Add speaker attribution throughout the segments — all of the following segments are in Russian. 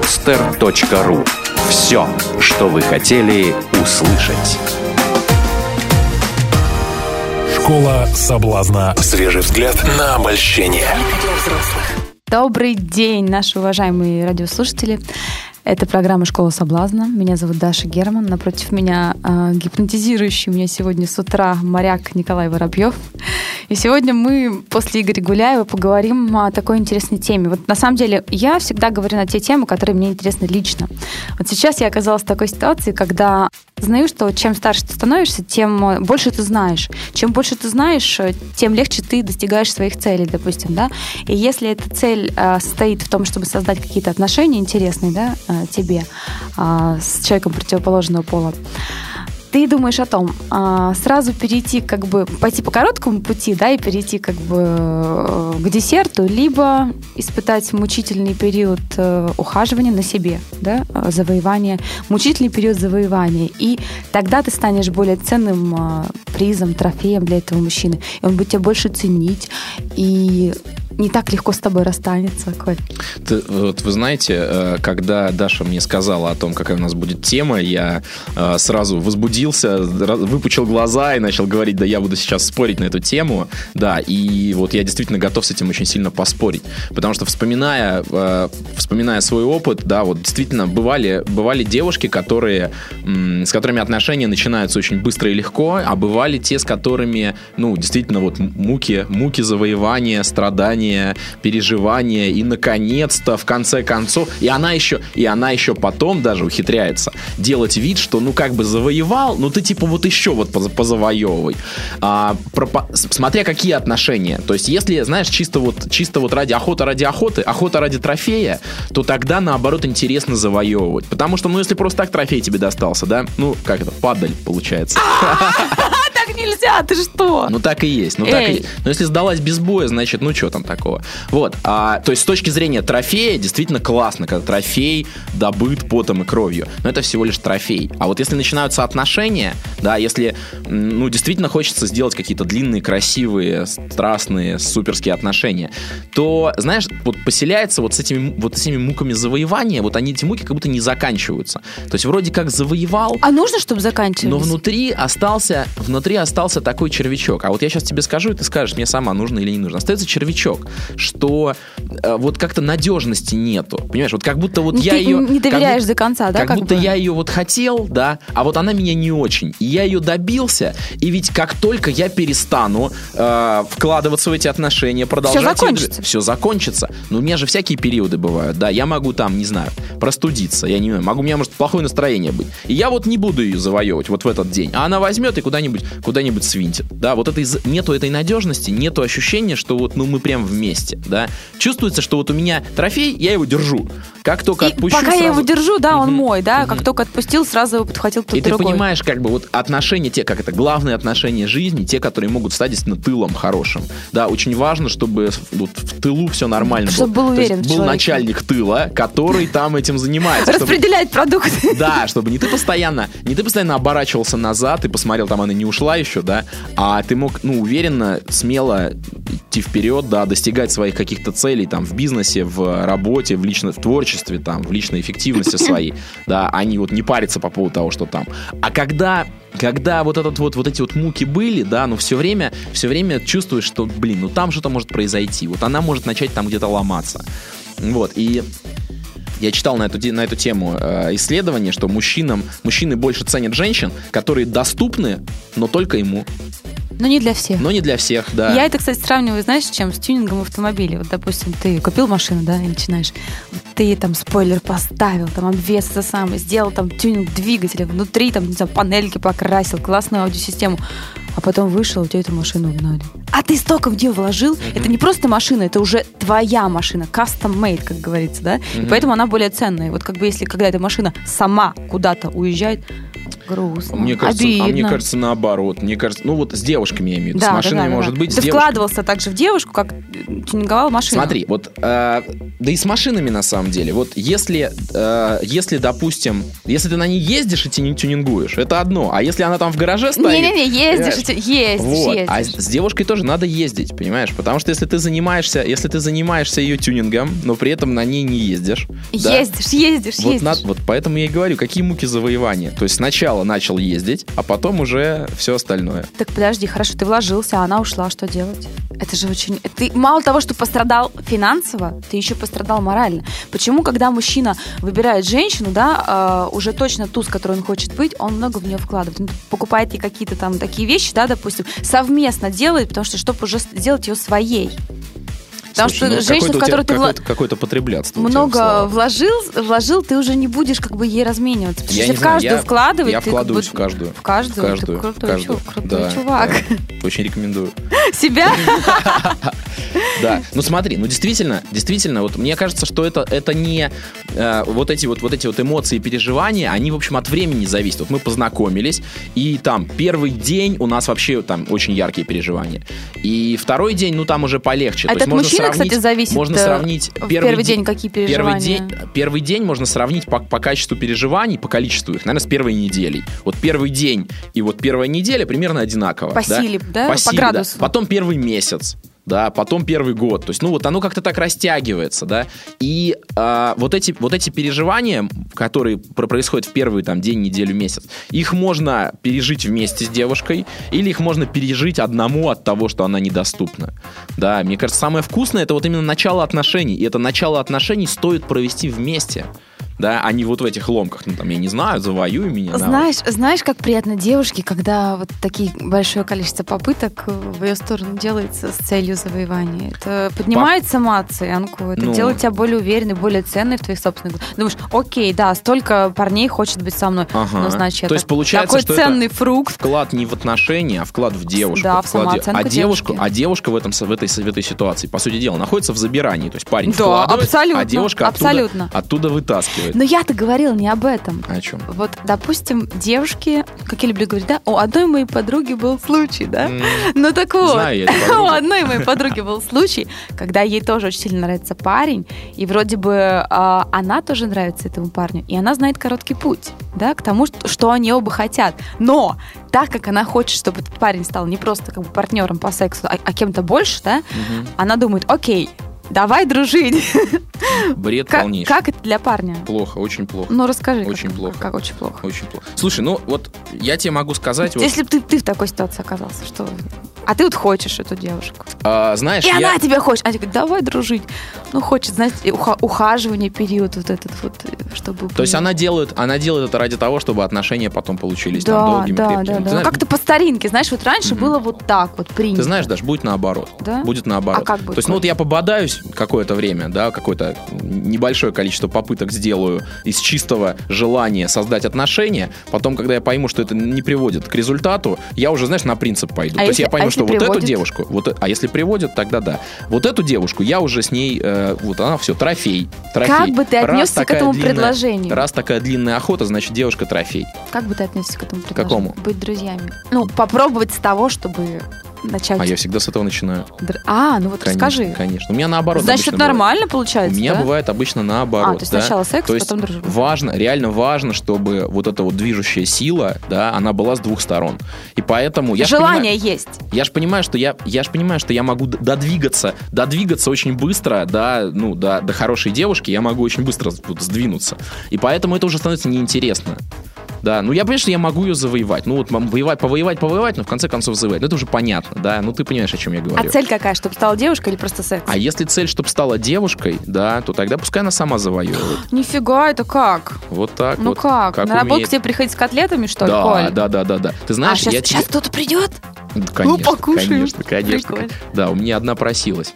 Speaker 1: podster.ru. Все, что вы хотели услышать.
Speaker 2: Школа соблазна. Свежий взгляд на обольщение.
Speaker 3: Добрый день, наши уважаемые радиослушатели. Это программа «Школа соблазна». Меня зовут Даша Герман. Напротив меня э, гипнотизирующий меня сегодня с утра моряк Николай Воробьев. И сегодня мы после Игоря Гуляева поговорим о такой интересной теме. Вот на самом деле я всегда говорю на те темы, которые мне интересны лично. Вот сейчас я оказалась в такой ситуации, когда знаю, что вот чем старше ты становишься, тем э, больше ты знаешь. Чем больше ты знаешь, э, тем легче ты достигаешь своих целей, допустим, да. И если эта цель э, состоит в том, чтобы создать какие-то отношения интересные, да, э, тебе а, с человеком противоположного пола, ты думаешь о том, а, сразу перейти, как бы, пойти по короткому пути, да, и перейти, как бы, э, к десерту, либо испытать мучительный период э, ухаживания на себе, да, э, завоевания, мучительный период завоевания, и тогда ты станешь более ценным а, призом, трофеем для этого мужчины, и он будет тебя больше ценить, и не так легко с тобой расстанется, Коль.
Speaker 4: Ты- вот вы знаете, э, когда Даша мне сказала о том, какая у нас будет тема, я э, сразу возбудился, ра- выпучил глаза и начал говорить, да я буду сейчас спорить на эту тему, да, и вот я действительно готов с этим очень сильно поспорить, потому что вспоминая, э, вспоминая свой опыт, да, вот действительно бывали, бывали девушки, которые, м, с которыми отношения начинаются очень быстро и легко, а бывали те, с которыми, ну, действительно, вот м- муки, муки завоевания, страдания, переживания, и, наконец-то, в конце концов, и она еще, и она еще потом даже ухитряется делать вид, что, ну, как бы завоевал, ну, ты, типа, вот еще вот поза- позавоевывай. А, пропа- с- смотря какие отношения. То есть, если, знаешь, чисто вот, чисто вот ради охоты, ради охоты, охота ради трофея, то тогда, наоборот, интересно завоевывать. Потому что, ну, если просто так трофей тебе достался, да, ну, как это, падаль получается.
Speaker 3: А так нельзя, ты что?
Speaker 4: Ну так и есть, ну так и
Speaker 3: Эй.
Speaker 4: есть. Но если сдалась без боя, значит, ну что там такого. Вот, а, то есть с точки зрения трофея действительно классно, когда трофей добыт потом и кровью. Но это всего лишь трофей. А вот если начинаются отношения, да, если, м, ну, действительно хочется сделать какие-то длинные, красивые, страстные, суперские отношения, то, знаешь, вот поселяется вот с этими, м- вот с этими муками завоевания, вот они, эти муки как будто не заканчиваются. То есть вроде как завоевал,
Speaker 3: А нужно, чтобы заканчивать?
Speaker 4: но внутри остался, внутри остался такой червячок. А вот я сейчас тебе скажу, и ты скажешь мне сама, нужно или не нужно. Остается червячок, что э, вот как-то надежности нету. Понимаешь, вот как будто вот
Speaker 3: Ну,
Speaker 4: я
Speaker 3: ты
Speaker 4: ее...
Speaker 3: не доверяешь до конца, да?
Speaker 4: Как,
Speaker 3: как
Speaker 4: будто
Speaker 3: бы?
Speaker 4: я ее вот хотел, да, а вот она меня не очень. И я ее добился, и ведь как только я перестану э, вкладываться в эти отношения, продолжать...
Speaker 3: закончится.
Speaker 4: Все закончится. Но у меня же всякие периоды бывают, да. Я могу там, не знаю, простудиться, я не знаю, могу, у меня может плохое настроение быть. И я вот не буду ее завоевывать вот в этот день, а она возьмет и куда-нибудь куда-нибудь свинтит. Да, вот это из- нету этой надежности, нету ощущения, что вот, ну, мы прям вместе, да. Чувствуется, что вот у меня трофей, я его держу. Как только
Speaker 3: И
Speaker 4: отпущу,
Speaker 3: пока я его
Speaker 4: сразу-
Speaker 3: держу, да, он
Speaker 4: Мгм,
Speaker 3: мой, да,
Speaker 4: мгм.
Speaker 3: как только отпустил, сразу его подхватил кто-то
Speaker 4: и ты
Speaker 3: другой.
Speaker 4: понимаешь, как бы вот отношения те, как это, главные отношения жизни, те, которые могут стать действительно тылом хорошим. Да, очень важно, чтобы в- вот в тылу все нормально
Speaker 3: Чтобы
Speaker 4: было.
Speaker 3: был
Speaker 4: То есть
Speaker 3: уверен в
Speaker 4: был
Speaker 3: человеке.
Speaker 4: начальник тыла, который там этим занимается. чтобы-
Speaker 3: Распределять продукты.
Speaker 4: Да, чтобы не ты постоянно, не ты постоянно оборачивался назад и посмотрел, там она не ушла еще, да, а ты мог, ну, уверенно, смело идти вперед, да, достигать своих каких-то целей, там, в бизнесе, в работе, в личном, в творчестве, там, в личной эффективности своей, да, они вот не парятся по поводу того, что там. А когда когда вот этот вот вот эти вот муки были, да, но все время все время чувствуешь, что, блин, ну там что-то может произойти, вот она может начать там где-то ломаться, вот и я читал на эту, те- на эту тему э, исследование, что мужчинам, мужчины больше ценят женщин, которые доступны, но только ему.
Speaker 3: Но не для всех.
Speaker 4: Но не для всех, да.
Speaker 3: Я это, кстати, сравниваю, знаешь, с чем? С тюнингом автомобилей. Вот, допустим, ты купил машину, да, и начинаешь. Вот Ты там спойлер поставил, там обвес это самое, сделал там тюнинг двигателя, внутри там, не знаю, панельки покрасил, классную аудиосистему. А потом вышел, у тебя эту машину угнали. А ты столько в нее вложил. Это не просто машина, это уже твоя машина, custom-made, как говорится, да? И
Speaker 4: Мгм.
Speaker 3: поэтому она более ценная. И Вот как бы если когда эта машина сама куда-то уезжает, грустно.
Speaker 4: Мне кажется,
Speaker 3: обидно.
Speaker 4: а мне кажется, наоборот. Мне кажется, ну вот с девушками я имею в виду.
Speaker 3: да,
Speaker 4: с
Speaker 3: да,
Speaker 4: машинами,
Speaker 3: да, да,
Speaker 4: может
Speaker 3: да.
Speaker 4: быть, с
Speaker 3: Ты
Speaker 4: девушками.
Speaker 3: вкладывался также в девушку, как э, тюнинговал машину.
Speaker 4: Смотри, вот э, да и с машинами на самом деле. Вот если, э, если, допустим, если ты на ней ездишь и ты не тюнингуешь, это одно. А если она там в гараже стоит,
Speaker 3: Не-не-не, ездишь, и те- ездишь,
Speaker 4: вот.
Speaker 3: ездишь.
Speaker 4: А с с девушкой тоже надо ездить, понимаешь? Потому что если ты занимаешься, если ты занимаешься ее тюнингом, но при этом на ней не ездишь. да,
Speaker 3: Ездишь, ездишь,
Speaker 4: Вот,
Speaker 3: ездишь.
Speaker 4: над- вот поэтому я и говорю, какие муки завоевания. То есть сначала начал ездить, а потом уже все остальное.
Speaker 3: Так подожди, хорошо, ты вложился, а она ушла, что делать? Это же очень... Ты мало того, что пострадал финансово, ты еще пострадал морально. Почему, когда мужчина выбирает женщину, да, э, уже точно ту, с которой он хочет быть, он много в нее вкладывает. Он покупает ей какие-то там такие вещи, да, допустим, совместно делает, потому что, чтобы уже сделать ее своей. Потому
Speaker 4: Слушай,
Speaker 3: что
Speaker 4: ну,
Speaker 3: женщина,
Speaker 4: какое-то
Speaker 3: в
Speaker 4: у тебя-
Speaker 3: которую ты вла-
Speaker 4: какое-то, какое-то потреблятство. у тебя в
Speaker 3: много
Speaker 4: словах.
Speaker 3: вложил, вложил, ты уже не будешь как бы ей размениваться. Потому
Speaker 4: Я
Speaker 3: что
Speaker 4: не
Speaker 3: в
Speaker 4: знаю,
Speaker 3: каждую
Speaker 4: я-
Speaker 3: вкладывать,
Speaker 4: я
Speaker 3: ты как
Speaker 4: вкладываюсь
Speaker 3: бы-
Speaker 4: в каждую.
Speaker 3: В каждую, ты
Speaker 4: Каждую,
Speaker 3: крутой,
Speaker 4: каждую.
Speaker 3: чу- крутой
Speaker 4: Да,
Speaker 3: чувак.
Speaker 4: да. Очень рекомендую.
Speaker 3: Себя?
Speaker 4: Да. Ну смотри, ну действительно, действительно, вот мне кажется, что это, это не э, вот эти вот, вот эти вот эмоции и переживания, они, в общем, от времени зависят. Вот мы познакомились, и там первый день у нас вообще там очень яркие переживания. И второй день, ну там уже полегче.
Speaker 3: А
Speaker 4: То
Speaker 3: это от
Speaker 4: есть можно
Speaker 3: мужчины,
Speaker 4: сравнить-
Speaker 3: кстати, зависит,
Speaker 4: Можно
Speaker 3: э,
Speaker 4: сравнить
Speaker 3: В первый день какие переживания?
Speaker 4: Первый день, первый день можно сравнить по, по качеству переживаний, по количеству их, наверное, с первой неделей. Вот первый день и вот первая неделя примерно одинаково.
Speaker 3: По силе, да? По
Speaker 4: силе,
Speaker 3: градусу.
Speaker 4: Потом первый месяц. Да, потом первый год. То есть, ну вот оно как-то так растягивается, да. И а, вот, эти, вот эти переживания, которые про- происходят в первый там день, неделю, месяц, их можно пережить вместе с девушкой, или их можно пережить одному от того, что она недоступна. Да, мне кажется, самое вкусное это вот именно начало отношений. И это начало отношений стоит провести вместе. Да, а не вот в этих ломках. Ну там, я не знаю, завоюй меня. на, вот.
Speaker 3: Знаешь, знаешь, как приятно девушке, когда вот такие большое количество попыток в ее сторону делается с целью завоевания. Это поднимает самооценку, это
Speaker 4: Ну.
Speaker 3: делает тебя более уверенной, более ценной в твоих собственных глазах. Думаешь, окей, да, столько парней хочет быть со мной,
Speaker 4: Ага.
Speaker 3: ну значит,
Speaker 4: То есть получается,
Speaker 3: такой
Speaker 4: что это-
Speaker 3: ценный фрукт.
Speaker 4: вклад не в отношения, а вклад в девушку.
Speaker 3: Да, в
Speaker 4: Вклад де-
Speaker 3: самооценку
Speaker 4: а девушку,
Speaker 3: девушки.
Speaker 4: а девушка в этом с- в этой, с- в этой ситуации, по сути дела, находится в забирании, то есть парень
Speaker 3: Да,
Speaker 4: вкладывает,
Speaker 3: абсолютно,
Speaker 4: а девушка оттуда-
Speaker 3: абсолютно.
Speaker 4: Оттуда, вытаскивает. А
Speaker 3: Но я-то говорила не об этом.
Speaker 4: О чем?
Speaker 3: Вот, допустим, девушки, как я люблю говорить, да, у одной моей подруги был случай, да? Ну так вот,
Speaker 4: Знаю я эту
Speaker 3: у
Speaker 4: подругу.
Speaker 3: одной моей подруги был случай, когда ей тоже очень сильно нравится парень, и вроде бы а, она тоже нравится этому парню, и она знает короткий путь, да, к тому, что, что они оба хотят. Но так как она хочет, чтобы этот парень стал не просто как бы партнером по сексу, а, а кем-то больше, да, она думает, окей, давай дружить.
Speaker 4: Бред
Speaker 3: Как,
Speaker 4: полнейший.
Speaker 3: как это для парня?
Speaker 4: Плохо, очень плохо.
Speaker 3: Ну расскажи. как
Speaker 4: Очень
Speaker 3: это-
Speaker 4: плохо.
Speaker 3: Как очень плохо.
Speaker 4: Очень плохо. Слушай, ну вот я тебе могу сказать, вот,
Speaker 3: Если бы ты, ты в такой ситуации оказался, что... А ты вот хочешь эту девушку.
Speaker 4: а, знаешь,
Speaker 3: И
Speaker 4: я...
Speaker 3: она тебя хочет. Она говорит, давай дружить. Ну, хочет, знаете, и уха- ухаживание, период вот этот вот, э, чтобы...
Speaker 4: То есть
Speaker 3: было.
Speaker 4: она делает, она делает это ради того, чтобы отношения потом получились там
Speaker 3: Да,
Speaker 4: долгими,
Speaker 3: да,
Speaker 4: крепкими.
Speaker 3: да,
Speaker 4: Ты
Speaker 3: да. Ну,
Speaker 4: знаешь,
Speaker 3: Как-то по старинке, знаешь, вот раньше
Speaker 4: Мгм.
Speaker 3: было вот так вот принято.
Speaker 4: Ты знаешь, даже будет наоборот.
Speaker 3: Да?
Speaker 4: Будет наоборот.
Speaker 3: А как будет?
Speaker 4: То есть, ну вот я пободаюсь какое-то время, да, какое-то небольшое количество попыток сделаю из чистого желания создать отношения. Потом, когда я пойму, что это не приводит к результату, я уже, знаешь, на принцип пойду.
Speaker 3: А
Speaker 4: То есть
Speaker 3: если-
Speaker 4: я пойму,
Speaker 3: а
Speaker 4: что
Speaker 3: если
Speaker 4: вот эту
Speaker 3: приводит?
Speaker 4: девушку, вот, э- а если приводит, тогда да. Вот эту девушку я уже с ней, э, вот она все, трофей. трофей.
Speaker 3: Как бы ты
Speaker 4: Раз
Speaker 3: отнесся к
Speaker 4: такая
Speaker 3: этому
Speaker 4: длинная-
Speaker 3: предложению?
Speaker 4: Раз такая длинная охота, значит, девушка трофей.
Speaker 3: Как бы ты отнесся к этому предложению?
Speaker 4: какому?
Speaker 3: Быть друзьями. Ну, попробовать с того, чтобы начать...
Speaker 4: А я всегда с этого начинаю.
Speaker 3: др- А, ну вот
Speaker 4: Конечно,
Speaker 3: расскажи.
Speaker 4: конечно. У меня наоборот.
Speaker 3: Значит,
Speaker 4: обычно
Speaker 3: это
Speaker 4: бывает.
Speaker 3: нормально
Speaker 4: У
Speaker 3: получается,
Speaker 4: меня
Speaker 3: да?
Speaker 4: бывает обычно
Speaker 3: А,
Speaker 4: наоборот.
Speaker 3: то есть
Speaker 4: да.
Speaker 3: сначала секс,
Speaker 4: То есть
Speaker 3: потом дружба.
Speaker 4: Важно, реально важно, чтобы вот эта вот движущая сила, да, она была с двух сторон. И поэтому я ж
Speaker 3: Желание есть. А
Speaker 4: понимаю- я же понимаю, что я, я ж понимаю, что я могу д- додвигаться, додвигаться очень быстро, до, ну, до, до хорошей девушки, я могу очень быстро вот сдвинуться. И поэтому это уже становится неинтересно. Да, ну я понимаю, что я могу ее завоевать. Ну вот мам, воевать, повоевать, повоевать, но в конце концов завоевать. Ну это уже понятно, да. Ну ты понимаешь, о чем я говорю.
Speaker 3: А цель какая? Чтобы стала девушка или просто секс?
Speaker 4: А если цель, чтобы стала девушкой, да, то тогда пускай она сама завоевывает.
Speaker 3: Нифига, это как?
Speaker 4: Вот так
Speaker 3: Ну
Speaker 4: вот.
Speaker 3: как? На работу
Speaker 4: умеет.
Speaker 3: к тебе приходить с котлетами, что ли,
Speaker 4: да,
Speaker 3: Коль?
Speaker 4: да, да, да, да. Ты знаешь,
Speaker 3: а сейчас,
Speaker 4: я тебе...
Speaker 3: кто-то придет?
Speaker 4: Ну, Конечно,
Speaker 3: покушаем.
Speaker 4: конечно, конечно.
Speaker 3: Прикольно.
Speaker 4: Да, у меня одна просилась.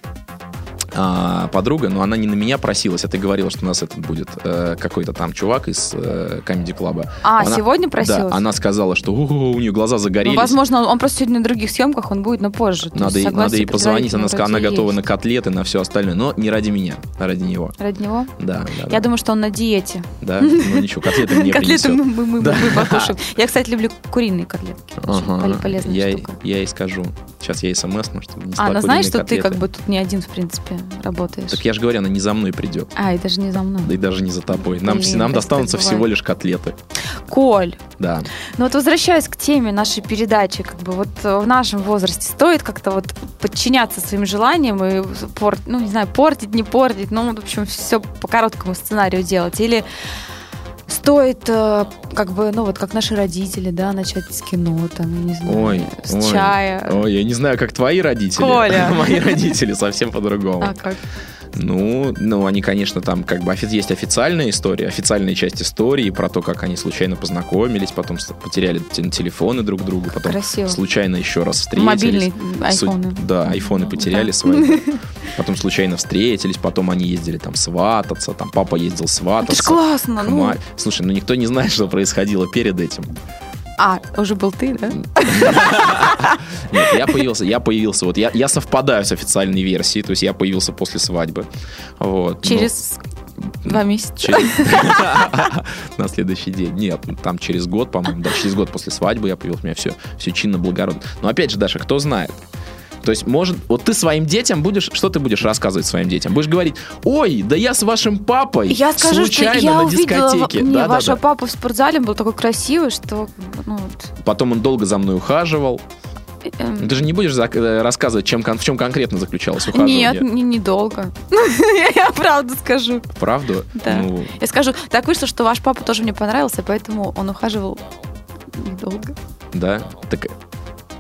Speaker 4: а, подруга, но она не на меня просилась, а ты говорила, что у нас этот будет э, какой-то там чувак из э, Comedy Club.
Speaker 3: А,
Speaker 4: Она-
Speaker 3: сегодня просилась?
Speaker 4: Да, она сказала, что «У-у-у, у нее глаза
Speaker 3: Ну,
Speaker 4: загорелись.
Speaker 3: возможно, он- он просто сегодня на других съемках, он будет, но позже. То
Speaker 4: надо,
Speaker 3: есть
Speaker 4: ей, надо
Speaker 3: согласие ну,
Speaker 4: ей позвонить, она,
Speaker 3: предварительное
Speaker 4: ска- она
Speaker 3: вроде
Speaker 4: готова
Speaker 3: есть.
Speaker 4: на котлеты, на все остальное, но не ради меня, а ради него.
Speaker 3: Ради него?
Speaker 4: Да, да, да.
Speaker 3: Я думаю, что он на диете.
Speaker 4: Да? ну ничего, котлеты мне
Speaker 3: котлеты мы,
Speaker 4: принесет.
Speaker 3: мы, мы-
Speaker 4: Да.
Speaker 3: мы покушаем. Я, кстати, люблю куриные котлетки. Очень
Speaker 4: Ага,
Speaker 3: пол- полезная
Speaker 4: я, ей-
Speaker 3: штука.
Speaker 4: я ей скажу. Сейчас я смс, ну, чтобы не
Speaker 3: А, она
Speaker 4: она
Speaker 3: знаешь, что ты как бы тут не один, в принципе, работаешь.
Speaker 4: Так я же говорю, она не за мной придет.
Speaker 3: А, и даже не за мной.
Speaker 4: Да и даже не за тобой. Нам,
Speaker 3: Блин,
Speaker 4: вс- нам
Speaker 3: как
Speaker 4: достанутся
Speaker 3: так бывает.
Speaker 4: всего лишь котлеты.
Speaker 3: Коль,
Speaker 4: Да.
Speaker 3: ну вот возвращаясь к теме нашей передачи, как бы вот э, в нашем возрасте стоит как-то вот подчиняться своим желаниям и порт, ну не знаю, портить, не портить, ну в общем все по короткому сценарию делать или стоит э, как бы, ну вот как наши родители, да, начать с кино там, я не знаю,
Speaker 4: Ой,
Speaker 3: с
Speaker 4: ой,
Speaker 3: чая.
Speaker 4: Ой, я не знаю, как твои родители.
Speaker 3: Коля.
Speaker 4: Мои родители совсем по-другому.
Speaker 3: А как?
Speaker 4: Ну, ну, они, конечно, там как бы офи- есть официальная история, официальная часть истории про то, как они случайно познакомились, потом с- потеряли те- телефоны друг друга, потом
Speaker 3: Красиво.
Speaker 4: случайно еще раз встретились.
Speaker 3: Мобильные
Speaker 4: Су-
Speaker 3: айфоны. Ну
Speaker 4: Да, айфоны потеряли свои. Потом случайно встретились, потом они ездили там свататься, там папа ездил
Speaker 3: Это ж
Speaker 4: свататься.
Speaker 3: классно,
Speaker 4: к
Speaker 3: ну.
Speaker 4: ма- Слушай, ну никто не знает, что происходило перед этим.
Speaker 3: А, уже был ты,
Speaker 4: Ну,
Speaker 3: да?
Speaker 4: Нет, я появился, я появился, вот я, я совпадаю с официальной версией, то есть я появился после свадьбы. Вот, ну,
Speaker 3: Через два месяца.
Speaker 4: Через- На следующий день. Нет, там через год, по-моему, да, через год после свадьбы я появился, у меня все, все чинно, благородно. Но опять же, Даша, кто знает? То есть, может, вот ты своим детям будешь, что ты будешь рассказывать своим детям? Будешь говорить, ой, да я с вашим папой
Speaker 3: Я скажу,
Speaker 4: случайно
Speaker 3: что я
Speaker 4: на
Speaker 3: увидела
Speaker 4: дискотеке.
Speaker 3: не,
Speaker 4: Да-да-да.
Speaker 3: вашего папу в спортзале, он был такой красивый, что ну, вот,
Speaker 4: Потом он долго за мной ухаживал.
Speaker 3: эм,
Speaker 4: Ты же не будешь зак- э, рассказывать, чем, кон- в чем конкретно заключалось ухаживание.
Speaker 3: нет, не- недолго. Ну, Я правду скажу.
Speaker 4: Правду?
Speaker 3: Да.
Speaker 4: Ну,
Speaker 3: Я скажу, так вышло, что ваш папа тоже мне понравился, поэтому он ухаживал недолго.
Speaker 4: Да? Так,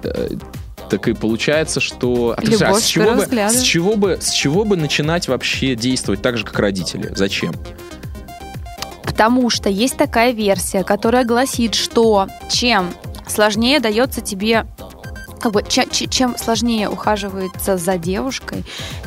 Speaker 4: э, так и получается, что... А ты
Speaker 3: Любовь
Speaker 4: слушай, а
Speaker 3: с
Speaker 4: с чего
Speaker 3: первого
Speaker 4: бы,
Speaker 3: взгляда.
Speaker 4: с чего бы, с чего бы начинать вообще действовать так же, как родители? Зачем?
Speaker 3: Потому что есть такая версия, которая гласит, что чем сложнее дается тебе как бы че- че- чем, сложнее ухаживается за девушкой,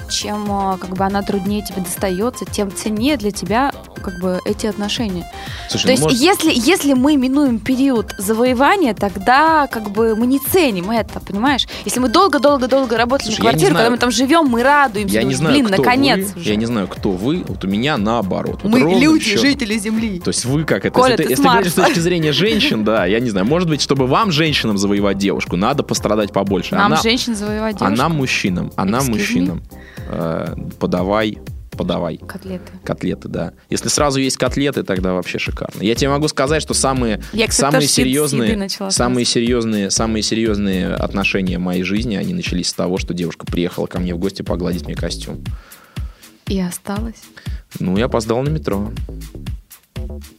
Speaker 3: чем э, как бы она труднее тебе достается, тем ценнее для тебя как бы эти отношения.
Speaker 4: Слушай,
Speaker 3: То
Speaker 4: ну,
Speaker 3: есть,
Speaker 4: может-
Speaker 3: если, если мы минуем период завоевания, тогда как бы мы не ценим это, понимаешь? Если мы долго-долго-долго работали
Speaker 4: Слушай,
Speaker 3: на
Speaker 4: я не
Speaker 3: квартиру,
Speaker 4: знаю-
Speaker 3: когда мы там живем, мы радуемся.
Speaker 4: я не
Speaker 3: думаешь,
Speaker 4: знаю,
Speaker 3: Блин,
Speaker 4: кто
Speaker 3: наконец
Speaker 4: вы,
Speaker 3: уже.
Speaker 4: я не знаю, кто вы, вот у меня наоборот. Вот ровным счетом.
Speaker 3: жители Земли.
Speaker 4: То есть вы как это?
Speaker 3: Коля,
Speaker 4: если
Speaker 3: ты
Speaker 4: если
Speaker 3: с
Speaker 4: говоришь с
Speaker 3: Марса.
Speaker 4: точки зрения женщин, да, я не знаю, может быть, чтобы вам, женщинам, завоевать девушку, надо пострадать побольше.
Speaker 3: Нам,
Speaker 4: а, нам-
Speaker 3: женщин, завоевать
Speaker 4: а
Speaker 3: девушек.
Speaker 4: нам, мужчинам, а нам,
Speaker 3: Excuse me?
Speaker 4: мужчинам, э, подавай, подавай.
Speaker 3: Котлеты.
Speaker 4: Котлеты, да. Если сразу есть котлеты, тогда вообще шикарно. Я тебе могу сказать, что самые,
Speaker 3: Я, кстати, тоже
Speaker 4: самые
Speaker 3: с еды- с еды
Speaker 4: серьезные,
Speaker 3: начала
Speaker 4: самые серьезные, самые серьезные отношения в моей жизни, они начались с того, что девушка приехала ко мне в гости погладить мне костюм.
Speaker 3: И осталось.
Speaker 4: Ну, я опоздал на метро.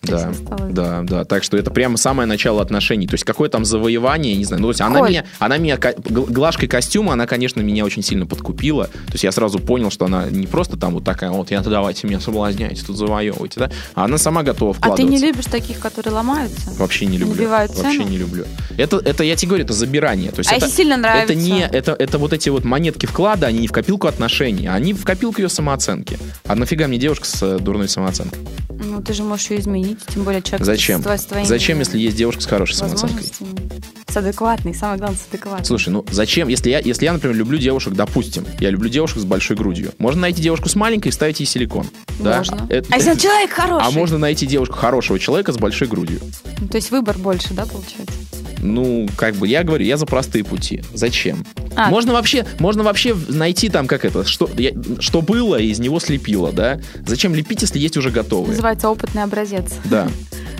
Speaker 4: Да,
Speaker 3: есть осталось.
Speaker 4: да, да. Так что это прямо самое начало отношений. То есть какое там завоевание, я не знаю. Ну, то есть она
Speaker 3: Коль.
Speaker 4: меня, она меня ко- гл- глажкой костюма, она, конечно, меня очень сильно подкупила. То есть я сразу понял, что она не просто там вот такая, вот я-то давайте меня соблазняйте, тут завоевывайте, да. А она сама готова
Speaker 3: А
Speaker 4: вкладываться.
Speaker 3: ты не любишь таких, которые ломаются?
Speaker 4: Вообще не люблю.
Speaker 3: Набивают
Speaker 4: Вообще
Speaker 3: цену?
Speaker 4: не люблю. Это, это я тебе говорю, это забирание. То есть
Speaker 3: А
Speaker 4: это,
Speaker 3: если сильно нравится?
Speaker 4: это не, это, это вот эти вот монетки вклада, они не в копилку отношений, а они в копилку ее самооценки. А нафига мне девушка с э, дурной самооценкой?
Speaker 3: Ну, ты же можешь ее изменить, тем более человек
Speaker 4: Зачем?
Speaker 3: с тво- с твоими
Speaker 4: Зачем, если есть девушка с хорошей самооценкой?
Speaker 3: возможностями. С адекватной, самое главное, с адекватной.
Speaker 4: Слушай, ну зачем, если я, если я, например, люблю девушек, допустим, я люблю девушек с большой грудью, можно найти девушку с маленькой и вставить ей силикон. да?
Speaker 3: Можно.
Speaker 4: Это-
Speaker 3: а если он человек хороший?
Speaker 4: а можно найти девушку хорошего человека с большой грудью.
Speaker 3: Ну, То есть выбор больше, да, получается?
Speaker 4: Ну, как бы, я говорю, я за простые пути. Зачем?
Speaker 3: А.
Speaker 4: Можно вообще, можно вообще найти там, как это, что, я- что было, и из него слепило, да? Зачем лепить, если есть уже готовые?
Speaker 3: Называется опытный образец.
Speaker 4: Да.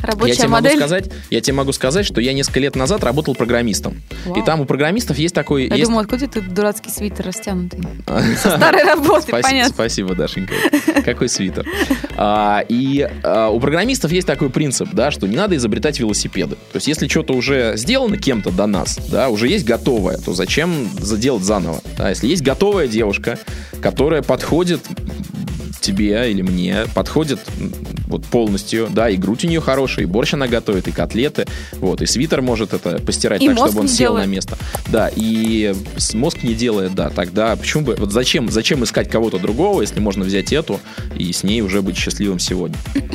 Speaker 3: Рабочая
Speaker 4: я тебе
Speaker 3: модель.
Speaker 4: могу сказать, я тебе могу сказать, что я несколько лет назад работал программистом.
Speaker 3: Вау.
Speaker 4: И там у программистов есть такой,
Speaker 3: Я
Speaker 4: есть-
Speaker 3: думаю, откуда этот дурацкий свитер растянутый? Со старой работы,
Speaker 4: Спаси-
Speaker 3: понятно.
Speaker 4: Спасибо, Дашенька. Какой свитер. А, и а, у программистов есть такой принцип, да, что не надо изобретать велосипеды. То есть, если что-то уже сделано кем-то до нас, да, уже есть готовое, то зачем заделать заново? Да, если есть готовая девушка, которая подходит тебе или мне, подходит м, вот полностью, да, и грудь у нее хорошая, и борщ она готовит, и котлеты, вот, и свитер может это постирать
Speaker 3: И
Speaker 4: так,
Speaker 3: мозг
Speaker 4: чтобы он
Speaker 3: не
Speaker 4: сел на
Speaker 3: делает.
Speaker 4: место. Да, и с- мозг не делает, да, тогда почему бы, вот зачем, зачем искать кого-то другого, если можно взять эту и с ней уже быть счастливым сегодня?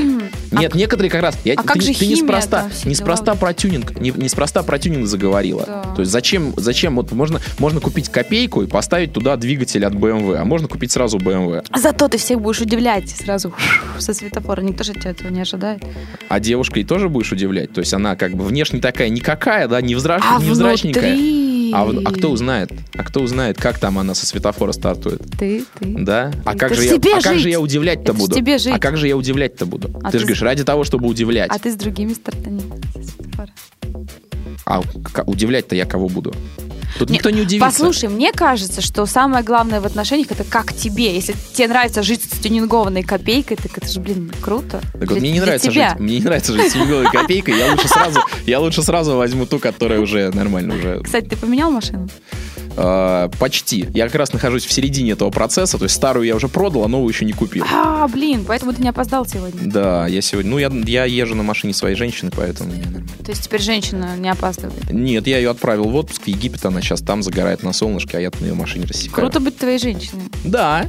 Speaker 4: Нет, некоторые как раз, я-
Speaker 3: а
Speaker 4: ты,
Speaker 3: как
Speaker 4: не-
Speaker 3: же
Speaker 4: ты
Speaker 3: химия
Speaker 4: неспроста,
Speaker 3: там, все дела?
Speaker 4: неспроста про тюнинг, не- неспроста про тюнинг заговорила.
Speaker 3: Да.
Speaker 4: То есть зачем, зачем, вот можно, можно купить копейку и поставить туда двигатель от BMW, а можно купить сразу BMW.
Speaker 3: Зато ты всех будешь удивлять сразу со светофора. Никто же тебя этого не ожидает.
Speaker 4: А девушкой тоже будешь удивлять, то есть она как бы внешне такая никакая, да, невзра-
Speaker 3: А
Speaker 4: невзрачненькая.
Speaker 3: внутри...
Speaker 4: А, в- а кто узнает? А кто узнает, как там она со светофора стартует?
Speaker 3: Ты, ты.
Speaker 4: Да? А
Speaker 3: Это
Speaker 4: как,
Speaker 3: ж
Speaker 4: же я,
Speaker 3: тебе
Speaker 4: а как же
Speaker 3: жить!
Speaker 4: я удивлять-то
Speaker 3: Это ж
Speaker 4: буду?
Speaker 3: тебе жить.
Speaker 4: А как же я удивлять-то буду?
Speaker 3: А
Speaker 4: ты
Speaker 3: ты
Speaker 4: же
Speaker 3: с-
Speaker 4: говоришь, ради того, чтобы удивлять.
Speaker 3: А ты с другими стартани со светофора.
Speaker 4: А к- удивлять-то я кого буду? Тут
Speaker 3: Не,
Speaker 4: никто не удивится.
Speaker 3: Послушай, мне кажется, что самое главное в отношениях это как тебе. Если тебе нравится жить с тюнингованной копейкой, так это же, блин, круто.
Speaker 4: Так вот,
Speaker 3: Для-
Speaker 4: мне не
Speaker 3: для
Speaker 4: нравится
Speaker 3: тебя.
Speaker 4: жить, мне не нравится жить с семиголовой копейкой, я лучше сразу, я лучше сразу возьму ту, которая уже нормально уже
Speaker 3: Кстати, ты поменял машину?
Speaker 4: э, почти. Я как раз нахожусь в середине этого процесса, то есть старую я уже продал, а новую еще не купил.
Speaker 3: А, блин, поэтому ты не опоздал сегодня.
Speaker 4: Да, я сегодня, ну я, я езжу на машине своей женщины, поэтому мне нормально.
Speaker 3: То есть теперь женщина не опаздывает.
Speaker 4: Нет, я ее отправил в отпуск, в Египет, она сейчас там загорает на солнышке, а я на ее машине рассекаю.
Speaker 3: Круто быть твоей женщиной.
Speaker 4: Да,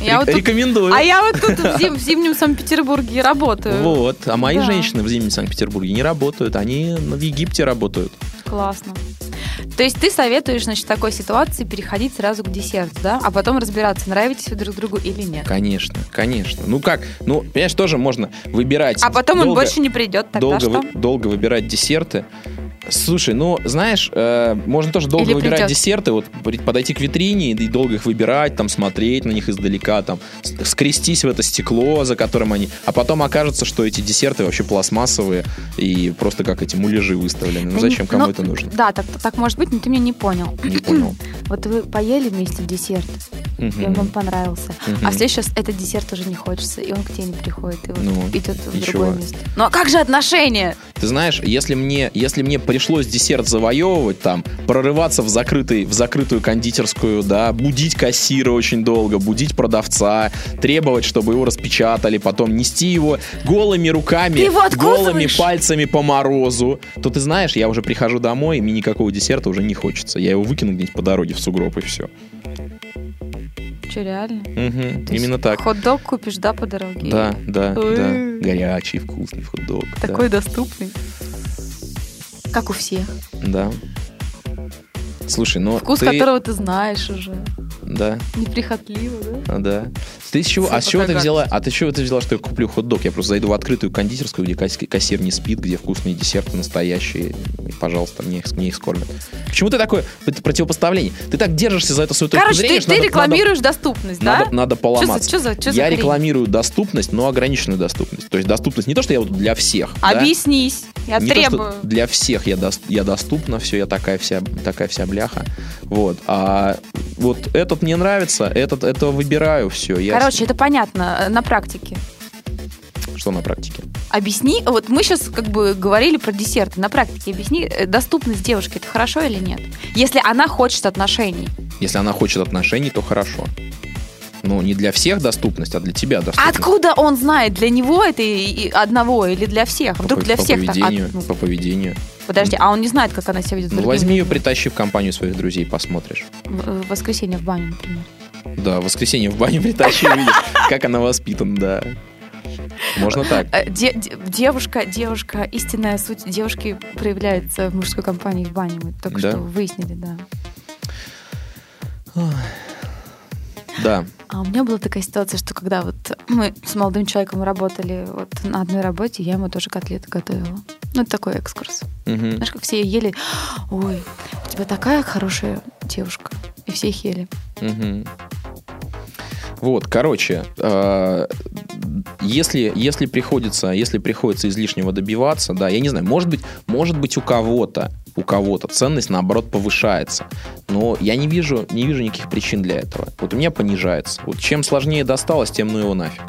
Speaker 3: Я
Speaker 4: ре-
Speaker 3: вот тут-
Speaker 4: рекомендую.
Speaker 3: А я вот тут в, зим- в зимнем Санкт-Петербурге работаю.
Speaker 4: Вот, а мои
Speaker 3: Да.
Speaker 4: женщины в зимнем Санкт-Петербурге не работают, они в Египте работают.
Speaker 3: Классно. То есть ты советуешь, значит, в такой ситуации переходить сразу к десерту, да? А потом разбираться, нравитесь вы друг другу или нет.
Speaker 4: Конечно, конечно. Ну как, ну, понимаешь, тоже можно выбирать.
Speaker 3: А потом он
Speaker 4: долго-
Speaker 3: больше не придет, тогда
Speaker 4: долго,
Speaker 3: что?
Speaker 4: вы- ну, долго выбирать десерты. Слушай, ну, знаешь, э, можно тоже долго
Speaker 3: Или
Speaker 4: выбирать
Speaker 3: придет.
Speaker 4: десерты, вот при- подойти к витрине и долго их выбирать, там, смотреть на них издалека, там, с- скрестись в это стекло, за которым они... А потом окажется, что эти десерты вообще пластмассовые и просто как эти муляжи выставлены. Ну,
Speaker 3: Да
Speaker 4: зачем
Speaker 3: не-
Speaker 4: кому
Speaker 3: ну,
Speaker 4: это нужно?
Speaker 3: Да, так, так может быть, но ты меня не понял.
Speaker 4: Не понял.
Speaker 3: Вот вы поели вместе десерт, и он
Speaker 4: Мгм.
Speaker 3: вам понравился.
Speaker 4: Мгм.
Speaker 3: А в следующий раз этот десерт уже не хочется, и он к тебе не приходит, и вот
Speaker 4: Ну,
Speaker 3: идет в
Speaker 4: и чего?
Speaker 3: другое место. Ну а как же отношения?
Speaker 4: Ты знаешь, если мне, если мне пришлось десерт завоевывать, там, прорываться в, закрытый, в закрытую кондитерскую, да, будить кассира очень долго, будить продавца, требовать, чтобы его распечатали, потом нести его голыми руками,
Speaker 3: Ты его откусываешь?
Speaker 4: голыми пальцами по морозу, то ты знаешь, я уже прихожу домой, и мне никакого десерта уже не хочется. Я его выкину где-нибудь по дороге в сугроб, и все.
Speaker 3: Че, реально? То есть
Speaker 4: Именно так.
Speaker 3: Хот-дог купишь, да, по дороге?
Speaker 4: Да, да, да.
Speaker 3: Ой.
Speaker 4: Горячий, вкусный хот-дог. да.
Speaker 3: Такой доступный. Как у всех.
Speaker 4: Да. Слушай, но
Speaker 3: Вкус
Speaker 4: ты-
Speaker 3: которого ты знаешь уже.
Speaker 4: Да.
Speaker 3: Неприхотливо, да?
Speaker 4: А, Да. Ты с чего? А с
Speaker 3: Всё
Speaker 4: чего ты
Speaker 3: пока
Speaker 4: взяла? А ты с чего ты взяла, что я куплю хот-дог? Я просто зайду в открытую кондитерскую, где касс- кассир не спит, где вкусные десерты настоящие. И, пожалуйста, мне их, мне их скормят. Почему ты такое пр- противопоставление? Ты так держишься за это свою точку
Speaker 3: Короче,
Speaker 4: зрения,
Speaker 3: ты,
Speaker 4: что
Speaker 3: ты
Speaker 4: надо-
Speaker 3: рекламируешь доступность,
Speaker 4: Надо, надо,
Speaker 3: да?
Speaker 4: надо поломаться.
Speaker 3: Чё за- чё за- чё за
Speaker 4: я
Speaker 3: хрень?
Speaker 4: рекламирую доступность, но ограниченную доступность. То есть доступность не то, что я вот для всех. да?
Speaker 3: Объяснись. Я
Speaker 4: Не то, что
Speaker 3: требую.
Speaker 4: для всех я, дос- я доступна, все, я такая вся, такая вся бляха. Вот. А вот этот мне нравится, этот, этого выбираю, все. Я
Speaker 3: Короче, это понятно э, на практике.
Speaker 4: Что на практике?
Speaker 3: Объясни, вот мы сейчас как бы говорили про десерты. На практике объясни, э, доступность девушки, это хорошо или нет? Если она хочет отношений.
Speaker 4: Если она хочет отношений, то хорошо. Ну, не для всех доступность, а для тебя доступность.
Speaker 3: Откуда он знает, для него это и- и одного или для всех?
Speaker 4: По
Speaker 3: Вдруг
Speaker 4: пов-
Speaker 3: для
Speaker 4: по
Speaker 3: всех так? А,
Speaker 4: поведению,
Speaker 3: ну,
Speaker 4: По поведению.
Speaker 3: подожди, а он не знает, как она себя ведет с
Speaker 4: Ну,
Speaker 3: другими
Speaker 4: возьми ее,
Speaker 3: людьми?
Speaker 4: притащи в компанию своих друзей, посмотришь.
Speaker 3: В в воскресенье в баню, например.
Speaker 4: Да, в воскресенье в баню притащи, увидишь, как она воспитана, да. Можно так.
Speaker 3: Э, де- де- девушка, девушка, истинная суть девушки проявляется в мужской компании в бане. Мы только
Speaker 4: Да?
Speaker 3: что выяснили, да.
Speaker 4: Да.
Speaker 3: А у меня была такая ситуация, что когда вот мы с молодым человеком работали вот на одной работе, я ему тоже котлеты готовила. Ну, это такой экскурс.
Speaker 4: Мгм.
Speaker 3: Знаешь, как все ели, ой, у тебя такая хорошая девушка. И все их ели.
Speaker 4: Мгм. Вот, короче, э, если, если приходится, если приходится излишнего добиваться, да, я не знаю, может быть, может быть у кого-то, у кого-то ценность наоборот повышается, но я не вижу, не вижу никаких причин для этого. Вот у меня понижается. Вот чем сложнее досталось, тем ну его нафиг.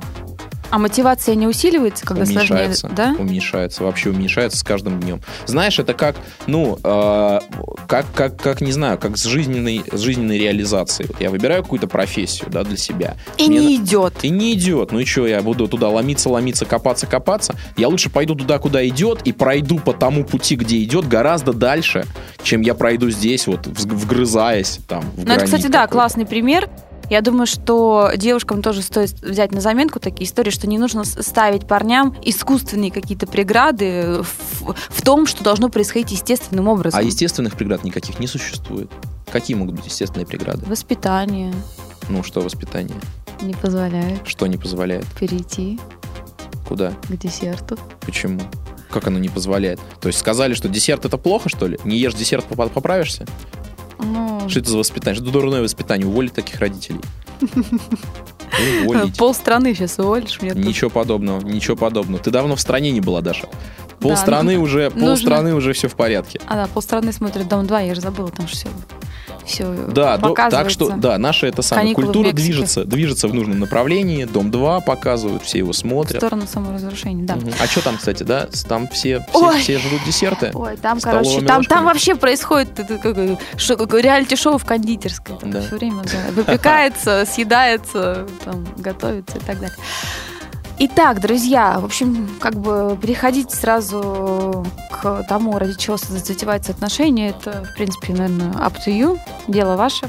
Speaker 3: А мотивация не усиливается, когда сложнее,
Speaker 4: уменьшается,
Speaker 3: да?
Speaker 4: уменьшается, вообще уменьшается с каждым днем. Знаешь, это как, ну, э, как, как, как, не знаю, как с жизненной, с жизненной реализацией. Вот я выбираю какую-то профессию, да, для себя.
Speaker 3: И
Speaker 4: Мне на-
Speaker 3: не идет.
Speaker 4: и не идет. Ну и что, я буду туда ломиться, ломиться, копаться, копаться. Я лучше пойду туда, куда идет, и пройду по тому пути, где идет, гораздо дальше, чем я пройду здесь, вот вз- вгрызаясь там. В
Speaker 3: Ну, это,
Speaker 4: гранит
Speaker 3: кстати, да,
Speaker 4: какой-то.
Speaker 3: классный пример. Я думаю, что девушкам тоже стоит взять на заметку такие истории, что не нужно с- ставить парням искусственные какие-то преграды в, в том, что должно происходить естественным образом.
Speaker 4: А естественных преград никаких не существует. Какие могут быть естественные преграды?
Speaker 3: Воспитание
Speaker 4: Ну, что воспитание?
Speaker 3: не позволяет
Speaker 4: Что не позволяет?
Speaker 3: перейти
Speaker 4: Куда?
Speaker 3: к десерту.
Speaker 4: Почему? Как оно не позволяет? То есть сказали, что десерт это плохо, что ли? Не ешь десерт, поп- поправишься?
Speaker 3: Ну,
Speaker 4: Что это за воспитание? Что это дурное воспитание? Уволить таких родителей. Уволить.
Speaker 3: полстраны сейчас уволишь мне. тут.
Speaker 4: Ничего подобного, ничего подобного. Ты давно в стране не была, Даша. Полстраны
Speaker 3: нужно-
Speaker 4: уже,
Speaker 3: ну, нужно.
Speaker 4: полстраны уже все в порядке.
Speaker 3: А, да, полстраны смотрят Дом 2, я же забыла, там же все, все
Speaker 4: Да, до- так что, да, наша это самая
Speaker 3: Каникулы в
Speaker 4: культура
Speaker 3: Мексике.
Speaker 4: движется, движется в нужном направлении. Дом 2 показывают, все его
Speaker 3: В
Speaker 4: смотрят.
Speaker 3: сторону саморазрушения, да.
Speaker 4: Мгм. А что там, кстати, да? С- Там все, все,
Speaker 3: Ой.
Speaker 4: все жрут десерты.
Speaker 3: Ой, там,
Speaker 4: Столовыми
Speaker 3: короче, там,
Speaker 4: ложками.
Speaker 3: там вообще происходит это как- шо- как реалити-шоу в кондитерской. Там
Speaker 4: Да.
Speaker 3: все время да, выпекается, съедается, там, готовится и так далее. Итак, друзья, в общем, как бы переходить сразу к тому, ради чего затеваются отношения, это, в принципе, наверное, up to you, дело ваше.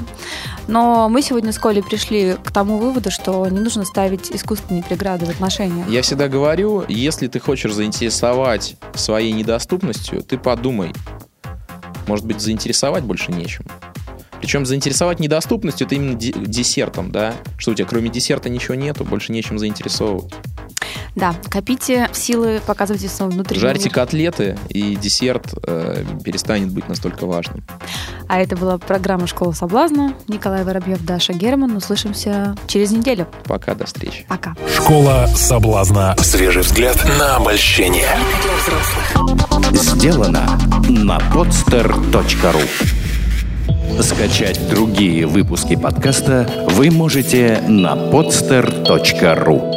Speaker 3: Но мы сегодня с Колей пришли к тому выводу, что не нужно ставить искусственные преграды в отношениях.
Speaker 4: Я всегда говорю, если ты хочешь заинтересовать своей недоступностью, ты подумай. Может быть, заинтересовать больше нечем. Причем заинтересовать недоступностью это именно де- десертом, да? Что у тебя кроме десерта ничего нету, больше нечем заинтересовывать.
Speaker 3: Да, копите силы, показывайте снова внутренний
Speaker 4: Жарьте
Speaker 3: мир.
Speaker 4: котлеты, и десерт э, перестанет быть настолько важным.
Speaker 3: А это была программа «Школа соблазна». Николай Воробьев, Даша Герман. Услышимся через неделю.
Speaker 4: Пока, до встречи.
Speaker 3: Пока.
Speaker 2: Школа соблазна. Свежий взгляд на обольщение.
Speaker 1: Сделано на podster.ru Скачать другие выпуски подкаста вы можете на podster.ru